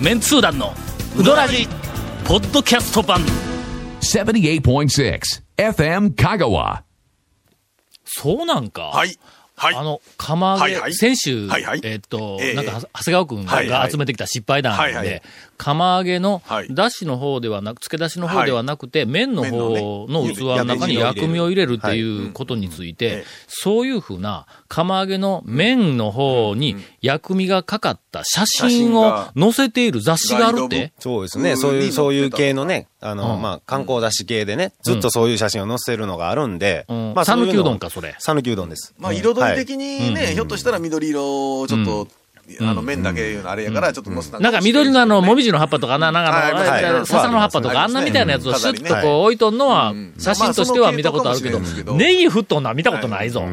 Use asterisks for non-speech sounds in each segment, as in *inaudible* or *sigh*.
メンツー団のウドラジポッドキャスト版78.6 FM Kagawa. そうなんか、はい。はい。あの釜揚げ、はいはい先週、はいはいえーっと、ええなんかは長谷川君はいはがい集めてきた失敗談で、はいはい釜揚げのはいだしの方ではなく、漬け出しの方ではなくて、麺の方の麺のね器の中に薬やべえ味を入れるってはいいうことについて、ええそういうふうな釜揚げの麺の方に薬味がかかった写真を写載せている雑誌があるっガイドブッてク。そうですうね。んそうにい載ってう、たそういう系のね、あの、うんまあ、観光出し系でね、ずっとそういう写真を載せるのがあるんで、うんまあ、讃岐そういううのどんかそれ讃岐うどんです。 *laughs* まあ、彩りはい的にね、ひょっとしたら緑色をちょっと、あの、麺だけいうのあれやから、ちょっと乗せたなんか緑のあの、もみじじの葉っぱとかな、なんかあの、はいはいはい笹の葉っぱとか、ああんりますねなみたいなやつをシュッとはいこう置いとんのはうん、写真としては見たことあるけどまあその系統かもしれんですけ、どネギ振っとんのは見たことないぞ。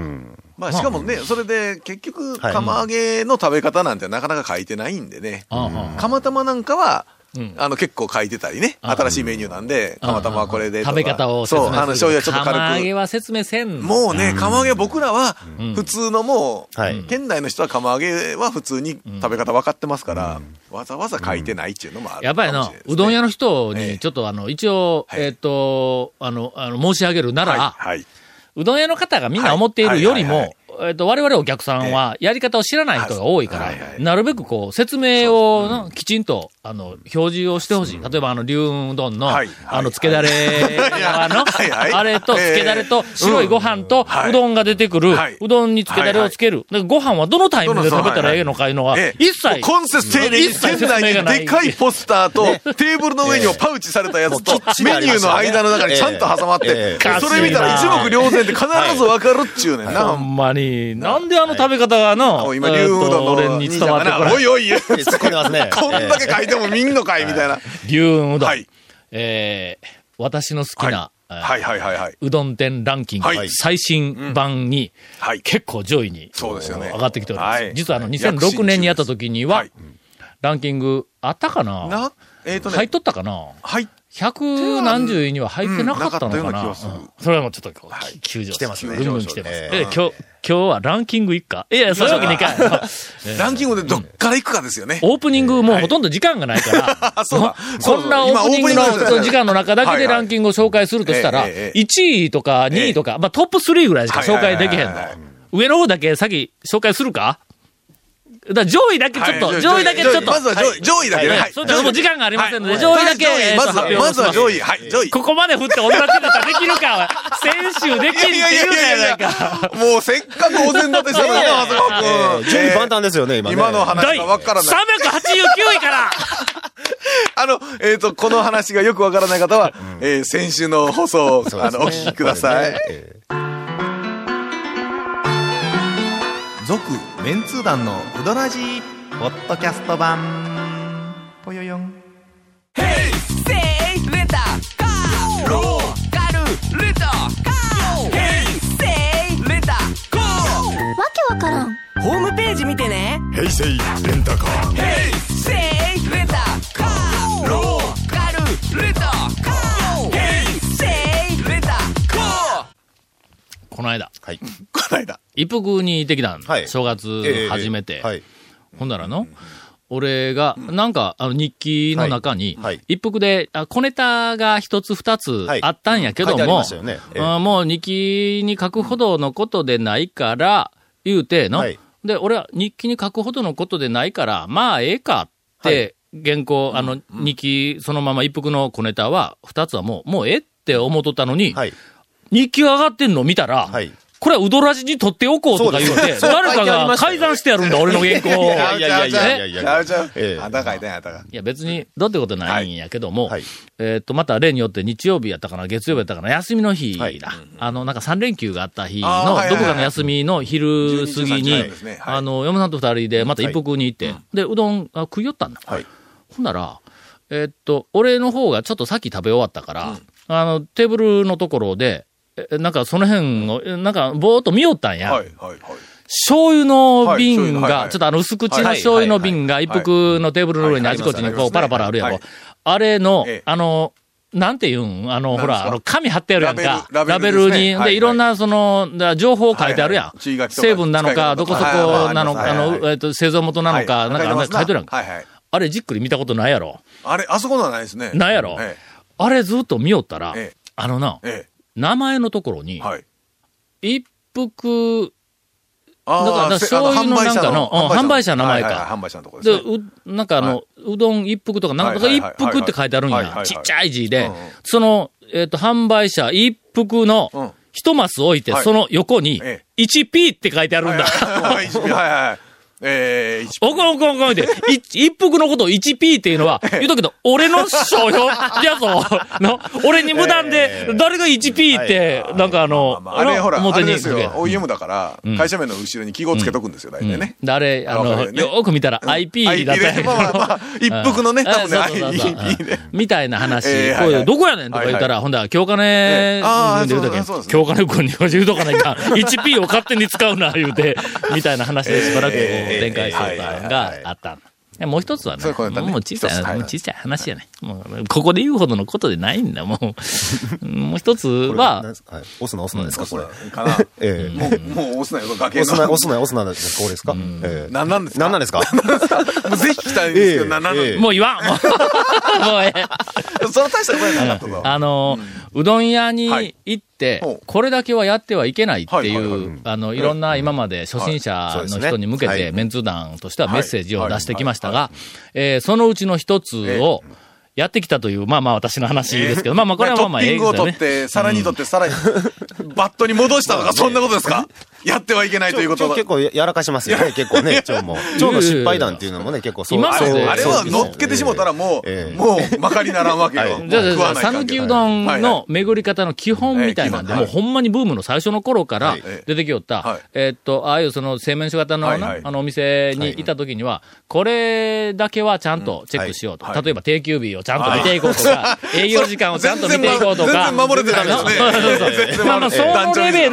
まあ、しかもね、それで、結局、はい釜揚げの食べ方なんてなかなか書いてないんでね。うんうん釜玉なんかはうん、あの、結構書いてたりね。あ新しいメニューなんで、釜玉はこれでと食べか。方を説そう、明すある。の、醤油はちょっと釜揚軽げく。は説明せんの。もうね、釜揚げ僕らはん、普通のもうはい、県内の人は釜揚げは普通に食べ方分かってますから、わざわざ書いてないっていうのもあるやっぱりかもなしれ、うどん屋のの人えに、えちょっとあの、一応、はいえっと、あの、あの、申し上げるなはい、ら、はい。うどん屋の方がみんな思っているよりはいもはい、えっと、我々お客さんは、やり方を知らない人が多いかはいはら、いなるべくこう、説明をな、きちんと、あの、表示をしてほしい。例えば、あの、龍雲うどんの、あはいの、つけだれ側の、 *laughs* はいは *laughs* いあれと、ええつけだれと、白いご飯と、はいうどんが出てくるはいうどんにつけだれをつける。でご飯はどのタイミングで食べたらええのかいうのは、ええ一切、コンセス丁寧に一切店説明内がにないでかいポスターと、テーブルの上にもパウチされたやつともうきっ、ちりメありニュまーしたの間のね中にちゃんと挟まっえて、えそれ見たら一目瞭然で必ず分かるっちゅうねんほな。んまに、なんであの食べ方がな、もう今、竜うどえっんのと俺に兄伝ちゃんわっがてこなな、 *laughs* いおいおい、言う突っ込んでますねこんだけ書いても見んのかいみたいな。龍雲うどん。はいえー私の好きな、えーはいはいはいはい。うどん店ランキング、はい最新版に、はい。結構上位に、そうですよね上がってきております。はい実はあの、はい2006年にやった時には、はいランキングあったかなな、えっ、とね、入っとったかなはい。百何十位には入ってなかったのかな,、うんなかったような気がするそれはもうちょっとこう、はきい急上来てますねぐんぐん来てます。上昇えでえ今日、今日はランキングいっかいやいや、そういうわけにいかん。 *laughs* ランキングでどっから行くかですよね。オープニングもうほとんど時間がないから、あそうだこんなオープニングそうそう今オープニングですのね時間の中だけはでいはいランキングを紹介するとしたら、ええええ1位とか2位とか、まあトップ3ぐらいしか紹介できへんのはいはいはいはい。上の方だけ先紹介するかだから上位だけちょっはと、い上位だけちょっと。まずは上位上位だけねはいはいそうですもう時間がありませんので、上位だけえーまと発ずは、表まずは上し位。はい、上位。ます。ここまで振って同じことできるかおい先週できんって言うたやないか。もうせっかくお膳立てしたのに、長谷え川ー君。準備万えー端ですよね、今ね。今の話第が389わからない。位からあの、えっ、と、この話がよくわからない方は、えー先週の放送を、あの、お聞きください。え続メンツー団のウドラジポッドキャスト版ぽよよんせいレンタカーローカルレンタカーヘイセイレンタカーわけわからんホームページ見てねヘイセイレンタカーヘイセイレンタカーローカルレンタカーヘイセイレンタカーこの間、ーはい。この間。一服に行ってきたん、はい正月初めて。えーはい。ほんならの、俺が、なんか、あの、日記の中に、はいはい一服で、あ小ネタが一つ二つはいあったんやけど書いてありも、ましたよねええあもう日記に書くほどのことでないから、言うての、はいで、俺は日記に書くほどのことでないから、まあ、ええかって、原稿、あの、日記、そのまま一服の小ネタは、二つはもう、もうええって思っとったのに、はい。日記が上がってんの見たら、はいこれはウドラジに取っておこうとか言うそうてで、す *laughs* 誰書かいてありがましたよ改ざんしてやるんだ、俺の原稿を。いやいやいやいやいやいちゃやうちゃう。ええあんたかいたんや、あんたが。いや別に、どうってことないんやけども、はいはいえっ、と、また例によって日曜日やったかな、月曜日やったかな、休みの日だ。はいあの、なんか3連休があった日あーのは、いはいはいどこかの休みの昼過ぎに、 12 13ですねはいあの、嫁さんと二人で、また一服に行って、で、うどんあ食いよったんだ。はいほんなら、えっと、俺の方がちょっとさっき食べ終わったから、あの、テーブルのところで、えなんかその辺を、えなんかぼーっと見よったんや。はい、はい、はい。醤油のはい瓶醤油のはいが、はいちょっとあの薄口の醤油の瓶が一服のテーブルの上にはあいちこちにありこまうすパラパラあるやはろい。あれのええ、あの、なんていうんあの、ほ、なんですからあの、紙貼ってあるやんか。ララベベルラベルルですねに。はいはで、いいろんな、その、だ情報書いてあるやはん。い注意書きとか成分なの使いか、方どとこかそこなのか、はいあはいはいの、えっと、製造元なのか、はいなんかあんな書いてるやんか。はい、はい。あれじっくり見たことないやろ。あれ、あそこのはないですね。ないやろえあれずっと見よったら、ええあのな、え。名前のところええ。に、はい。一服、あーだからだからせそういうのなんかのうん販売者の名前かはいはいはい販売者のところで、ですね。う、なんかあの、はうどん一服とか、なんかはい一はいはい服って書いてあるんはいはいはや。いちっちゃい字でうんうん、その、えっと、販売者一服うんの一マス置いて、はいその横にえ、 1P って書いてあるんだ。はいはいはい。ええ、一おこんおこんおこん *laughs* って、い一服のことを 1P っていうのは、言うとくけど、俺の商標やぞ。 *laughs* の俺に無断で、誰が 1P って、なんかあの、まあ、あれほら、あれですかけよ。OEM だから、会社名の後ろに記号つけとくんですよ、大体ね。誰、あわかの、るよねよく見たら IP だったんやけどまあまあまあ一服のねうん多分ねあそうそうそう IP ねみたいな話。ええこうはいいはう、いどこやねんとか言ったら、ほんだら、京金ええああで言うたけんそうそうそう京金君に教えとかないかん。1P *laughs* を勝手に使うな、言うて、みたいな話でしばらくこうええ展開してたのがあった。えもう一つはね、そういうことだねもう小さ、一つはいいもう小さい話やね。もう、ここで言うほどのことでないんだ、もう。もう一つはなん、ですはい押すな、押すなですか、これ。かな。ええ。もう、もう押すなよ、崖押すな、の。押すな、押すなですか、これですか。ええ。何なんですか何なんですかもうぜひ来たいんですけど、ええななんなんえもう言わ *laughs* んもうもうええ。その大したことはなかったぞ。あの、うどん屋はにい行ってほう、これだけはやってはいけないってはいはいはいいうう、あの、いろんな今まで初心者はいそのうですね人に向けはて、いメンツ団としてはメッセージをはい出してきましたが、えーそのうちの一つをやってきたという、まあまあ私の話ですけど、まあまあこれはまあまあトッえピえでングをすよ取っね。て、さらに取って、さらに、バットに戻したとか、そんなことですかやってはいけないということちょは。結構ややらかしますよね、結構ね、蝶も。蝶の失敗談っていうのもね、結構そう。今まあでそうれあれそはうですね乗っけてしもたらもえう、えもうまかりならんわけよ。はいじゃあじゃあ食じゃわあ、ない讃岐うどんの巡り方の基本みたいなんで、はいもうはいほんまにブームの最初の頃からい出てきよった、はいえーっと、ああいうその製麺所型のな、はいはいあのお店にいた時には、これだけはちゃんとチェックしようと。うんはい例えば定休日をちゃんと見ていこうと *laughs* か、営業時間をちゃんと見ていこうとか。全然守れてないですねそうそうそう。全然守れてない *laughs* まあまあ、そのレベルの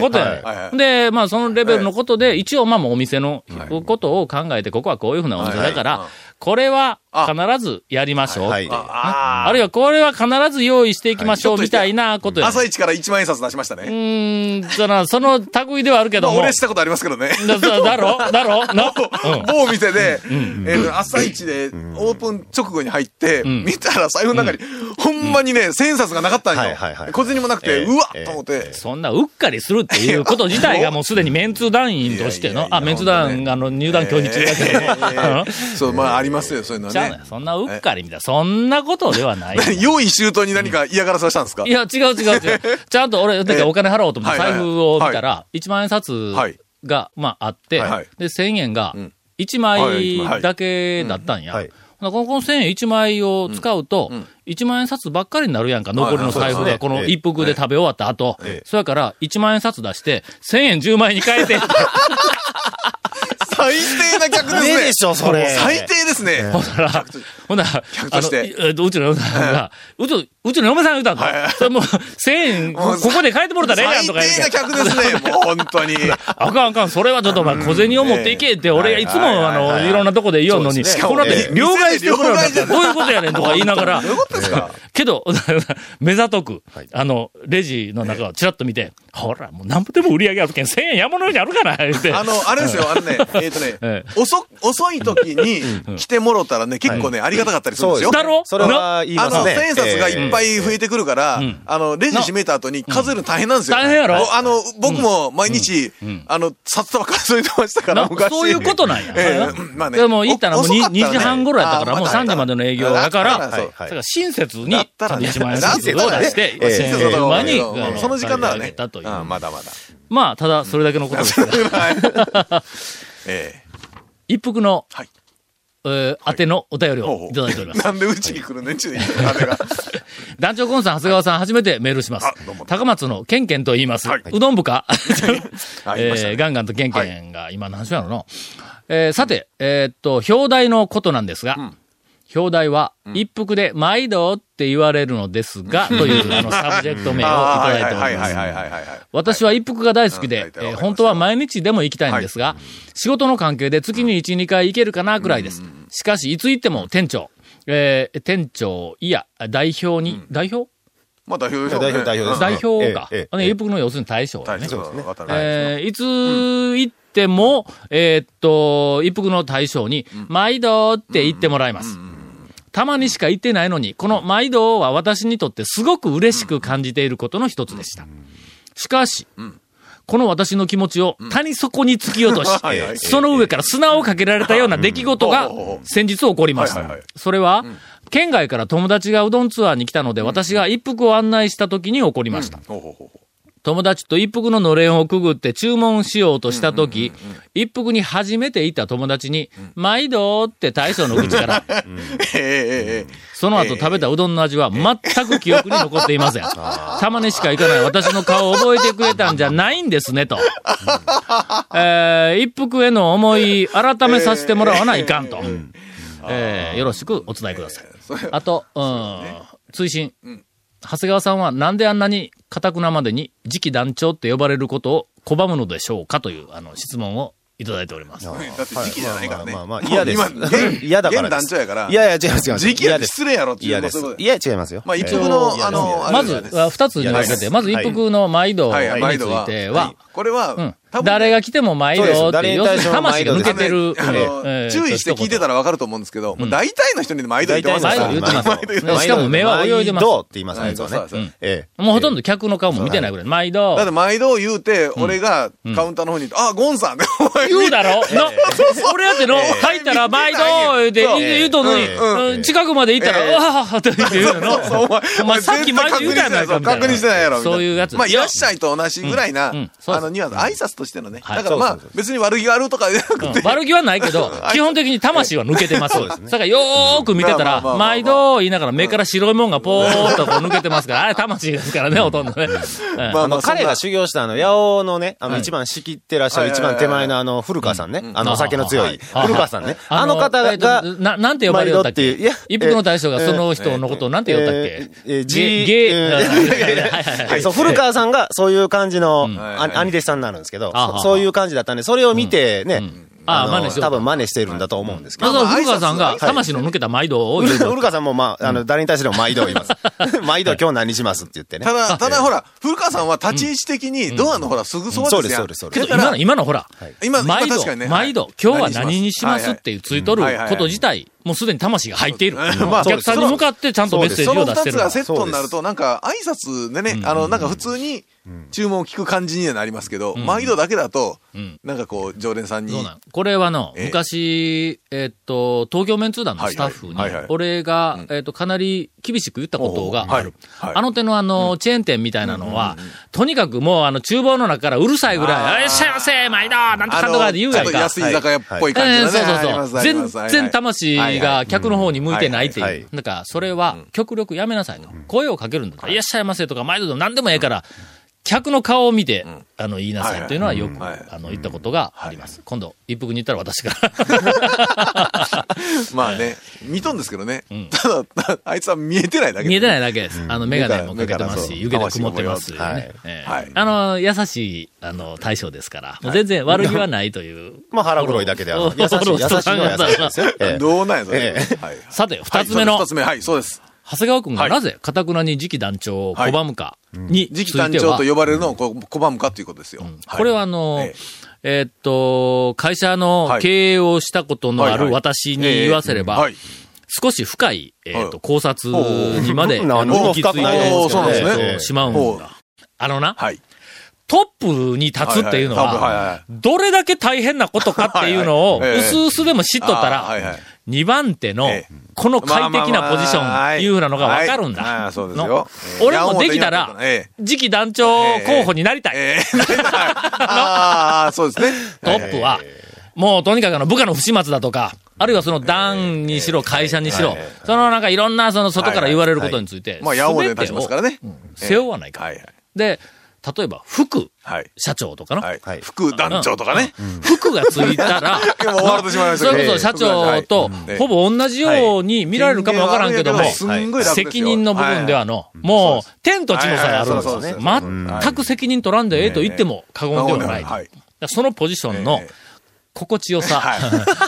ことはいはいやねはいで、まあ、そのレベルのことで、一応まあもうお店のはいことを考えて、ここはこういうふうなお店だかはいらはい、これは必ずやりましょう。はい。ああるいはこれは必ず用意していきましょう、はいみたいなことや。朝一から一万円札出しましたうね。ーん、その、その類ではあるけまどあも。俺したことありますけどね。だだだ *laughs* ろだろな、うん某店で、えーと朝一でオープン直後に入って、ん見たら財布の中に、ほんまにね、千円札がなかったんはいはいはいよ。小銭もなくて、ええうわえっえと思って。そんなうっかりするっていうこと自体がもうすでにメンツ団員としていやのいや、いやあ、メンツ団、本当ねあの、入団拒否中だけども。うんそう、まあありますよ、そういうのはち *laughs* ゃうねね。そんなうっかりみたいな。そんなことではない。何用意周到に何か嫌がらせをしたんですかいや、違う違う違 *laughs* う。ちゃんと俺、だからお金払おうと思ってはい財はい布を見たら、1万円札はいが、まああってはいはい、で、1000円がうん1はいは枚いだけだったんや。ほうんはないこのこの1000円1枚を使うとうんうん、 1万円札ばっかりになるやんか、残りの財布はいはが。いこのええ一服で食べ終わった後ええ。そやから、1万円札出して、1000円10枚に変え *laughs* て、最低な客ですねね。でしょそれ最低ですね。ほんなら、ほんなら、客あとの、してえっとうち *laughs* の嫁さんが、うちの、うちの嫁さんが言うたんはいはだ。いそれもう、1000円、こもうこで変えてもらったらええやん最と低か言うてな客ですね、もう本当に。あかんあかん、それはちょっとお前小銭を持っていけって、俺がいつも、はいはいはいあはいの、いろんなとこで言おうのに、そうですねこの後え、え両替してくれようになったら両替じゃないどういうことやねんとか言いながら、ですか *laughs* けど、目ざとくはい、あの、レジの中をちらっと見て、ほら、もう何でも売り上げあるけん、1000円山のようにあるから、言って。あの、あれですよ、あのね、えっとえね、遅、遅い時に来てもろたらね、結構ね、ありがたかったりするんですよ。だろそれは言いあますの、ね。千円札がいっぱい。い増えてくるから、んあの、レジ閉めた後に数えるの大変なんですよ。うん大変やろおあの、僕も毎日、あの、札束数えてましたから、な昔。そういうことなんやええまあね。でも行ったらもうお遅にかっ2た時半頃やったから、あもう3時までの営業だから、だだったはいらはかい。ら親切に、だったらね1万円ずつを出して、だったらね1000円1000円に、まああその時間なら上げねたとい。う *laughs* あまだまだ。まあ、ただ、それだけのこと *laughs* ですが。え一服の、はいえー宛てのお便りほうほをういただいておりえます。 *laughs* なんでうちに来るねんちゅう言ってたあれが。団長コンさん、長谷川さん、初めてメールしますあどうも。高松のケンケンと言います。はいうどん部か、 *laughs* あ言いましたえねーガンガンとケンケンが、今何種やろな。えーさて、えーっと、表題のことなんですが、表題は、一服で毎度って言われるのですが、という、あの、サブジェクト名をいただいておはりいまはいす。はいはいはいはい。私は一服が大好きうんで大、体わかえりーますよ本当は毎日でも行きたいんですが、仕事の関係で月に1、2回行けるかなくらいです。しかし、いつ行っても店長、えー店長、いや、代表に、代表まあ代表でしょうね代表、代表ですね。代表かえええ。えね一服の要するに大将だ大ね。将、渡辺。えーいつ行っっても、えーっと、一服の対象に、毎度って言ってもらいます。たまにしか言ってないのに、この毎度は私にとってすごく嬉しく感じていることの一つでした。しかし、この私の気持ちを谷底に突き落とし、はいはいその上から砂をかけられたような出来事が先日起こりましはいはいたはい。それは、県外から友達がうどんツアーに来たので、私が一服を案内した時に起こりました。ほうほうほうほ友達と一服ののれんをくぐって注文しようとしたとき、一服に初めていた友達に、毎度って大将の口 *laughs* から、う。えええええその後食べたうどんの味は全く記憶に残ってい *laughs* ません。たまにしか行かない私の顔を覚えてくれたんじゃないんですね、 *laughs* と。えー一服への思い、改めさせてもらわないかんと。えーよろしくお伝えください。あと、うん、追伸。長谷川さんはなんであんなに、かたくなまでに、次期団長って呼ばれることを拒むのでしょうかという、あの、質問をいただいております。ええ。だって時期じゃないからね。まあまあまあ嫌ですもう今現 *laughs* 嫌だから現団長やから。いやいや、違います、違います。時期嫌やでです失礼やろっていうの嫌ではすそういうこ。といや、違いますよ。まあ、一え服ーのい、やあの、あまれずじゃないです、二つに分けいて、やまず一服の毎度につはいはい、毎度いは。ては、これうはん、。誰が来ても毎そうで度すって、誰に要する対にしても魂が抜けてる。あのええ注意して聞いてたらわかると思うんですけど、もう大体の人に毎度言ってま毎すか度ら言ってますよ毎度言ってねますしかも目は泳いでます毎度って言いますね、いつもそうそうそうね。ええもうほとんど客の顔も見てないぐらい。毎度だっ。て毎度言うて、俺がカウンターの方に行って、あ、ゴンさんって、 *laughs* お前言うだろの、俺やっての、入ったら毎度言うてそう言うとんのにうん、うん近くまで行ったえら、えわははって言うて言うの *laughs* そうそうお前。お前さっき毎度言うたやないかみたいな確認してないやろ。みたそういうやつまあ、いらっしゃいと同じぐらいな、うあんうんそうですの、ニュアンス、挨拶としてのね。はいだからまあそうそう、別に悪気があるとかじゃなくうん悪気はないけ *laughs* ど、基本的に魂は抜けてます。だからよーく見てたまあまあら、まあまあ毎度言いな *laughs* がら目から白いもんがぽーっとこう抜けてますから、あれ魂ですからね、ほとんどね。うんまああの、そんな彼が修行したあの、八尾のね、あの、はい一番仕切ってらっしゃるはい一番手前のあの、古川さんね。あの、お酒の強い。はい古川さんね。あの方えっとが、な、なんて呼ばれよったっけ毎度っていういや一服の大将がその人のことをなんて呼ったっけえーえーゲじゲえーはいはいははいい、そう、古川さんがそういう感じの、あはい兄弟子さんになるんですけどあはは、そういう感じだったんで、それを見てね、あの真似しよう多分真似してるんだと思うんですけまあど。その古川さんが挨拶魂の抜けた毎度を言うと古川さんも、まあ、あの、誰に対しても毎度言います。毎度今日何しますって言ってねた。だ、ただほら、古川さんは立ち位置的にドアのほら、すぐそばですやうんんそうですそうですそうけですどだから今の、今のほら、今今毎確かに度、ね毎度、今日は何にしますはっいてついとるはいはいこと自体、もうすでに魂が入っている。はいはいお客さんに向かってちゃんとメッセージそをの出二してつるがかセら。ットになると、なんか、挨拶でね、あの、なんか普通に、注文を聞く感じにはなりますけど、毎度だけだとん、なんかこう、常連さんにそう、なんこれはの、ええ昔、えっと、東京メンツー団のスタッフにはいはいはいはい、俺が、えっと、かなり厳しく言ったことがある。おうはいはいあの手のあの、チェーン店みたいなのは、とにかくもう、あの、厨房の中からうるさいぐらい、いらっしゃいませ、毎度、なんとかあとかの、でち言ょうっやんとか。安い居酒屋っぽいえ感えじそうのねそうありますそう。あり全ますはいはい。然魂が客の方に向いてないってはいいはうい。だから、それは極力やめなさいと。声をかけるんだと。いらっしゃいませとか、毎度でも何でもええから、客の顔を見て、あの、言いなさいというのはよく、はいはいあの、言ったことがあります。今度、一服に行ったら私が。まあね、見とんですけどね。ただ、たあいつは見えてないだ *laughs* け見えてい。ないだけです。あの、メガネもかけてますし、湯気目からで目からそう曇ってますしね。はいええはいあの、優しい、あの、対象ですから、もう全然悪気はないという。まあ、腹黒いだけで、あの、優しい、そうそう優しいのは優しいですよ。ええどうなんや、それえ。はいさて、二つ目のはいそうです二、つ目、はい、そうです。長谷川君がはいなぜ、かたくなに次期団長を拒むかについ次期ては、誕長と呼ばれるのをこう拒むかということですよ。いこれはあの、えええーっと、会社のはい経営をしたことのあはいはるい私に言わせれば、はい。少し深い、えーっと、はい考察にまで、うんあのも行うき着い深て、くないですけえどーそうなんですねえーしまうんだ。あのな、はい。トップに立つっていうのはいはいはいはいはは、どれだけ大変なことかっていうのを、はいはいええ薄々でも知っとったあーはいはらい、 2番手のええ、この快適なポジシまあまあまョあン、いうなのがわかるんはいはいあだー。そうですよのええ俺もできたらええ、次期団長候補になりたい。えー、ああ、そうですね。トップは、もうとにかくあの部下の不始末だとか、あるいはその団にしろ、会社にしろ、そのなんかいろんなその外から言われることについて、まあ、矢面に立ち全ますてかをらね。背負わないかはいらはい。で、例えば副はい。社長とかの、はい。はい副団長とかね。服がついた *laughs* ら、いやもう終わってしまいましたそけどれこそ社長とうんほぼ同じように見られるかもわからんけどもはい、すんごい楽ですよ責任の部分ではの、もう天と地の差があるんはいはいそうそうそうです全く責任取らんでええと言っても過言ではない。だはかい。らそのポジションのええ心地よさ。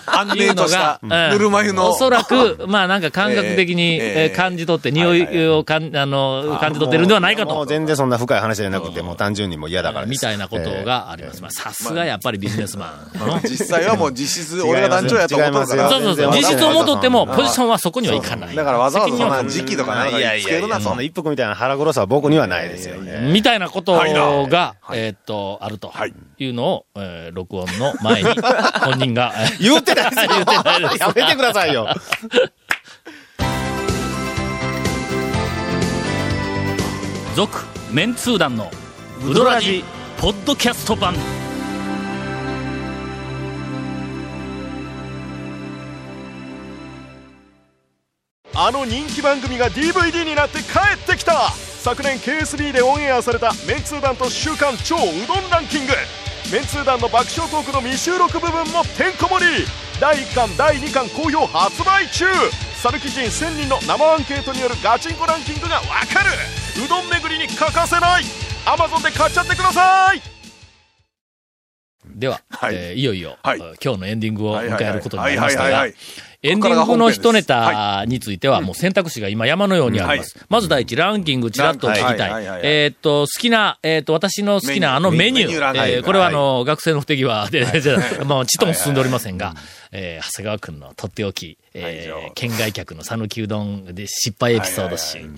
安定とした、いうのがうんぬるま湯の。おそらく、まあなんか感覚的にえーえーえー感じ取って、匂いをかん、あの、感じ取ってるんではないかもとう。全然そんな深い話じゃなくて、もう単純にもう嫌だからです。みたいなことがあります。まあさすがやっぱりビジネスマン。の実際はもう実質、違います俺が団長やと思ってるか違いまそら。すうそうそう。全然実質をもとっても、まあポジションはそこにはいかない。だからわざわざそんな時期とかなんいかやにいつけやるいや、なそとの。一服みたいな腹黒さは僕にはないですよね。みたいなことはいが、えーっと、あるというのを、えー録音の *laughs* 前に、本人が、言ってないですよ言ってないですやめてくださいよ。続、メンツー団の、ウドラジ、ポッドキャスト版。あの人気番組が DVD になって帰ってきた昨年 KSB でオンエアされた「メンツー団と週刊超うどんランキング」メンツー団の爆笑トークの未収録部分もてんこ盛り第1巻第2巻好評発売中サルキ人1000人の生アンケートによるガチンコランキングがわかるうどん巡りに欠かせない Amazon で買っちゃってくださいでは、はいいえーいよいよ、はいえー今日のエンディングをはい迎はいえはるいことになりましたはいはがいはい、エンディングの一ネタについては、もう選択肢が今山のようにあります。まず第一、ランキングちらっと聞きはいはたいはいいはい。えーっと、好きな、えーっと、私の好きなあのメニュメニューランキンー、グえーこれはあの、学生の不手際で、じゃあまあ、ちっとも進んでおりませんが、えー長谷川くんのとっておき、えー県外客の讃岐うどんで失敗エピソード集。うん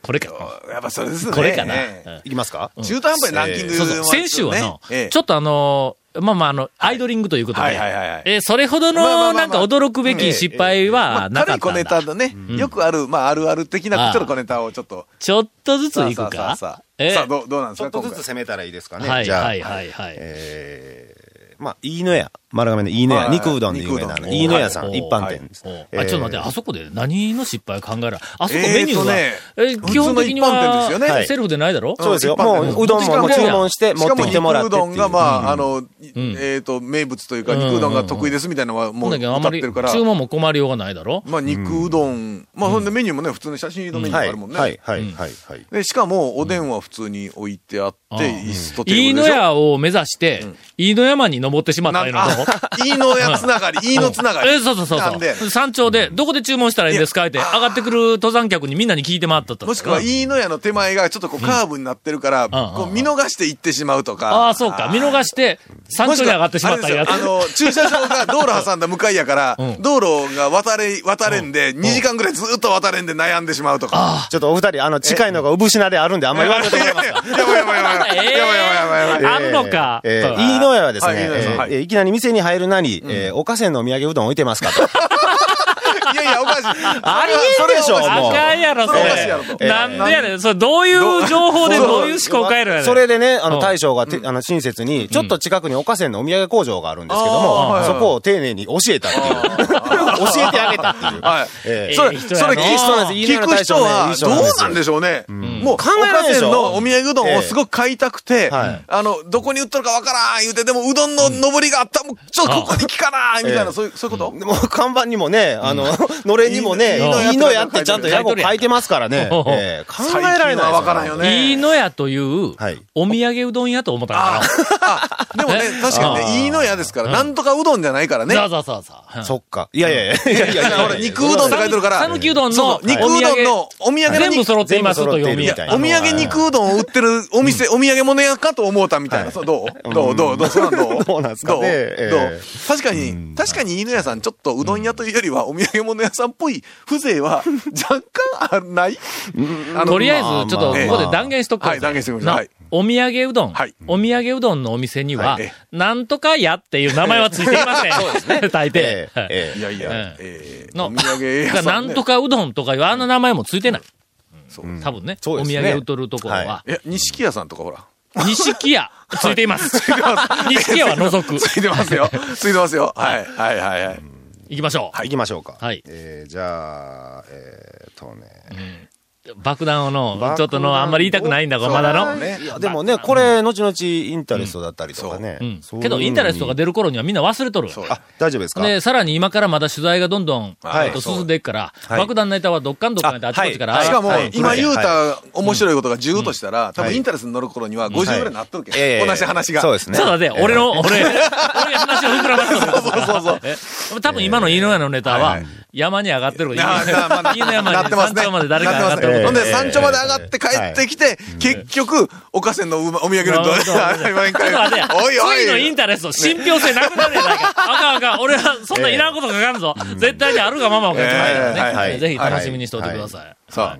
これか。やっぱそれですね。これかな。えうんいきますかえ中途半端にランキングそうそう。先週はの、ちょっとあのーまあまああの、アイドリングということはでいはいはいはい、えー、それほどまあまあまのあまなあんか驚くべき失敗はなかっ軽い小たんネタだ。のね、よくある、まああるある的な、ちょっと小ネタをちょっと。ちょっとずついくさあかさあさあさあ。えさあ、どうどうなんですちょかっとず今つ回攻めたらいいですかね。はいじゃあ、はいはいはい。えー、まあ、飯野屋、丸亀の飯野は屋、い肉うどんで有名な肉うどん飯野屋さおん、ー一般店ですお。うえーあ、ちょっと待って、あそこで何の失敗考えられあそこえーメニューは、えとね基本的には普通の一般店ですよねセルフでないだろそうですよ。一般店もう、うどんももうしかも注文して持ってきてもらってっしてかも肉うどいう。んが、まあ、あの、いえっと、名物というか、うん肉うどんが得意ですみたいなのはもほんう、だけどあん歌まっりてるから。注文も困りようがないだろまあ、肉うどん。まあ、ほんでメニューもね、普通の写真のメニューがはあい、るもんね。はい、はい、はい、はい。で、しかも、おでんは普通に置いてあって、椅子とテー飯ブ野ルでしょ。屋を目指して、飯野山に登ってしまったようなとこ *laughs* いいのやつながり、いいのつながり。え、そうそうそうなそんでう。山頂で、どこで注文したらいいんですかって、上がってくる登山客にみんなに聞いて回ったと。もしくは、うんいいのやの手前がちょっとこうカーブになってるから、こう見逃して行ってしまうとか。ああ、そうか。見逃して、山もし頂くには上がってしまったやつ。あれですよあの、駐車場が道路挟んだ向かいやから、うん道路が渡れ、渡れんで、2時間ぐらいずっと渡れんで悩んでしまうとか。ちょっとお二人、あの、近いのが産品であるんで、あんまり言わんといてもらえますか。やばいやばいやばい。やばいやばいやばいやばい。えーあんのかえーうん飯野屋はですね、はい飯野屋さんえーはいえーいきなり店に入るなり、えーおかせんのお土産うどん置いてますかと。いやいや、おかしい。ありえんでしょもあうかんやろ、そそれおかしいやろれ。となんでやねん。それ、どういう情報で、どうどういう思考回路やねん。それでね、あうんの、大将がて、あの、親切に、ちょっと近くに岡線のお土産工場があるんですけどあーはいも、はいそこを丁寧に教えたっていう。教えてあげたっていう。はい。ええそええれ、人やなそれ聞そうなんです聞く人は、いい人どうなんですなんでしょうね。もう、考えられないでしょおかせんのお土産うどんをすごく買いたくて、はいあの、どこに売っとるかわからん言うて、でもうどんの上りがあった、もうちょっとここに聞かなみたいえな、えそういう、そういうことでも、看板にもね、あの、のれんにも *laughs* ね、いいのいいのやってちゃん書といやてごるやん書いてますからね。 *laughs* おうおうええ考えられないで最す近はわからんよね。飯野屋というはい、お土産うどん屋と思ったのかでもね、確かにね、いいのやですから、なんとかうどんじゃないからね。な。そうそうそうそう。そっか。いやいやいや。いやいやいやほら、肉うどんって書いてるから。讃岐うどんのそうそう肉うどんのお土産の全部肉。揃っていますというお全部揃っているみ土たい産な。お土産肉うどんを売ってるお店、お土産物屋かと思うたみたいな。そうどうどうどうどうそうなんどうどうなんすかねどうええどう確かに、確かに犬屋さん、ちょっとうどん屋というよりは、お土産物屋さんっぽい風情は若干あないあのとりあえまあず、ちょっとこまあこで断言しとくはい断言してくださいなお土産うどん、はいお土産うどんのお店にははいえ、なんとか屋っていう名前はついていません。そうですね。 *laughs* 大抵え。ええいやいやうん、ええのお土産屋さんね。なんとかうどんとかいうあんな名前もついてない。え多分ね。そうおです土ね産売っとるところは。いや、錦屋さんとかほら。錦屋、ついています。錦屋は除く。ついてますよ。ついてますよ。はい、はい、はい、はい。行きましょう。行きましょうか。はいえーじゃあ、えーっとね。爆弾をの、弾ちょっとの、あんまり言いたくないんだが、そうまだの。いや、でもね、これ、後々インタレストだったりとかね。うんそういうけど、インタレストが出る頃にはみんな忘れとる。そうあ、大丈夫ですかで、さらに今からまだ取材がどんどん、はいえっと進んでいくから、い爆弾ネタはどっかんどっかんであちこちから、あはいしかもは、い今言うた面白いことが10としたら、多は分いインタレスに乗る頃には50ぐらいになっとるけええど、同じ話が。そうですね。ちょっと待って、俺の、俺、俺話を膨らませた。そうそうそうそう。多分今の犬屋のネタは、山に上がって *laughs* る。犬ななまだの山なっにてます山ね。頂まで誰か上ながっっててまする。ねほんえで、え山頂まで上がって帰ってきて、結局、おかせんのうまお土産のなるほ *laughs* どなるほど毎ちょっ回と待って、おいお次のイいン。タレスト、信憑性なくなるやないか。あかんあかん。俺はそんないらんこと書かんぞ。絶対にあるがままを書いてないかええらはね。いぜひ楽しみにしておいてください。さあ、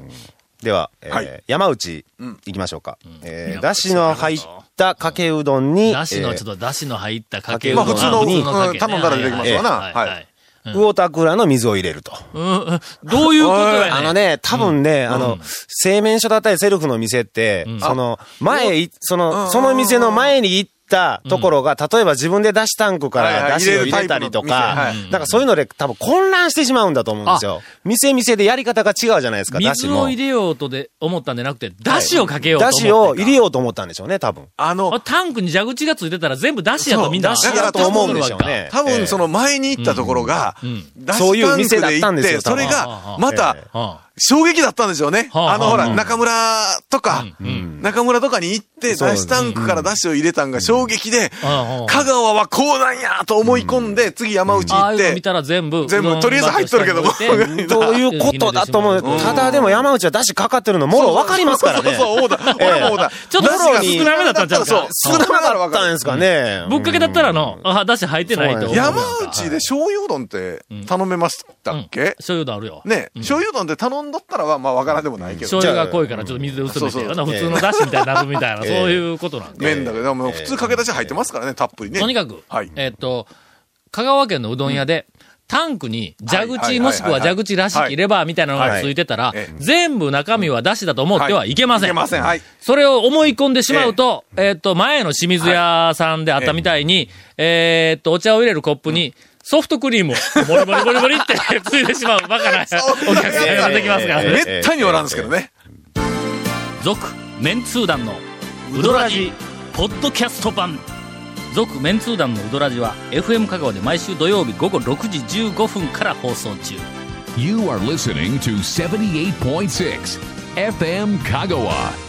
では、えーはい山内、行きましょうか。え山内ー、だしの入ったかけうどんに、だしの、えーちょっとだしの入ったかけうまどあん。普通の、普うかんけ頼んだら出てきますわな。はいはいははいい。魚田倉の水を入れると。うんどういうことやねんあのね、多分ね、あの、製麺所だったりセルフの店って、その、前い、その、その店の前に行ったところが、例えば自分で出しタンクかはいはらい出汁を入れたりと入れかるタイプの店は、なんかそういうので多分混乱してしまうんだと思うんですよ。店店でやり方が違うじゃないですか、出水汁をも入。れようとで思ったんじゃなくて、だしをかけようと思出って。汁を入れようと思ったんでしょうね、多分。あのあ、タンクに蛇口がついてたら全部だしやとみんな。出汁だだからと思うんでしょうね。多分その前に行ったところが、出汁そういうタンク店だったんですよ行ってそれ多分はあはがあ、まえた、はあ衝撃だったんでしょうね。はあはああの、ほうら、ん中村とか、中村とかに行って、そう出汁タンクから出汁を入れたんが衝撃で、うんうん香川はこうなんやと思い込んで、次山内ああ行いっうの見て、たら全部。全部うどんとりあえず入っとるけ *laughs* どだしに *laughs* 置いてどういうことだと思う。ただでも山内は出汁かかってるのもろわかりますからそうね。そう、思うた。俺も思うた。ちょっと出少汁なめだったんちゃうかそう、 *laughs* 少なめだからわあっかたんる。ですかね。ぶっかけだったらの、あ、だし入ってないと思うやん山か。内で醤油うどんって頼めましたうんっけ醤油だあるよ。ね、醤油うどんって頼んどったらは、まあわからんでもないけど醤。油が濃いからちょっと水で薄めそうて、そうあの普通のだしみたいに *laughs* なるみたいな、そういうことなんで。麺だけど、でも普通かけ出し入ってますからね、たっぷりね。とにかく、はいえっ、と、香川県のうどん屋で、タンクに蛇はいはいはいは口いもしくは蛇口らしきレバーみたいなのがついてたらはいはいええ、全部中身は出汁だと思ってはいけません。いけません。はい。それを思い込んでしまうと、えっ、と、前の清水屋さんであったみたいに、えっ、と、お茶を入れるコップに、ソフトクリームを、ボリボリボリボリって *laughs* ついてしまうバカなお客そさんうができますからええね。めったにおらんですけどね。続、メンツー団の、ウドラジ、ポッドキャスト版。続、メンツー団のウドラジは、FM 香川で毎週土曜日午後6時15分から放送中。 You are listening to 78.6 FM Kagawa.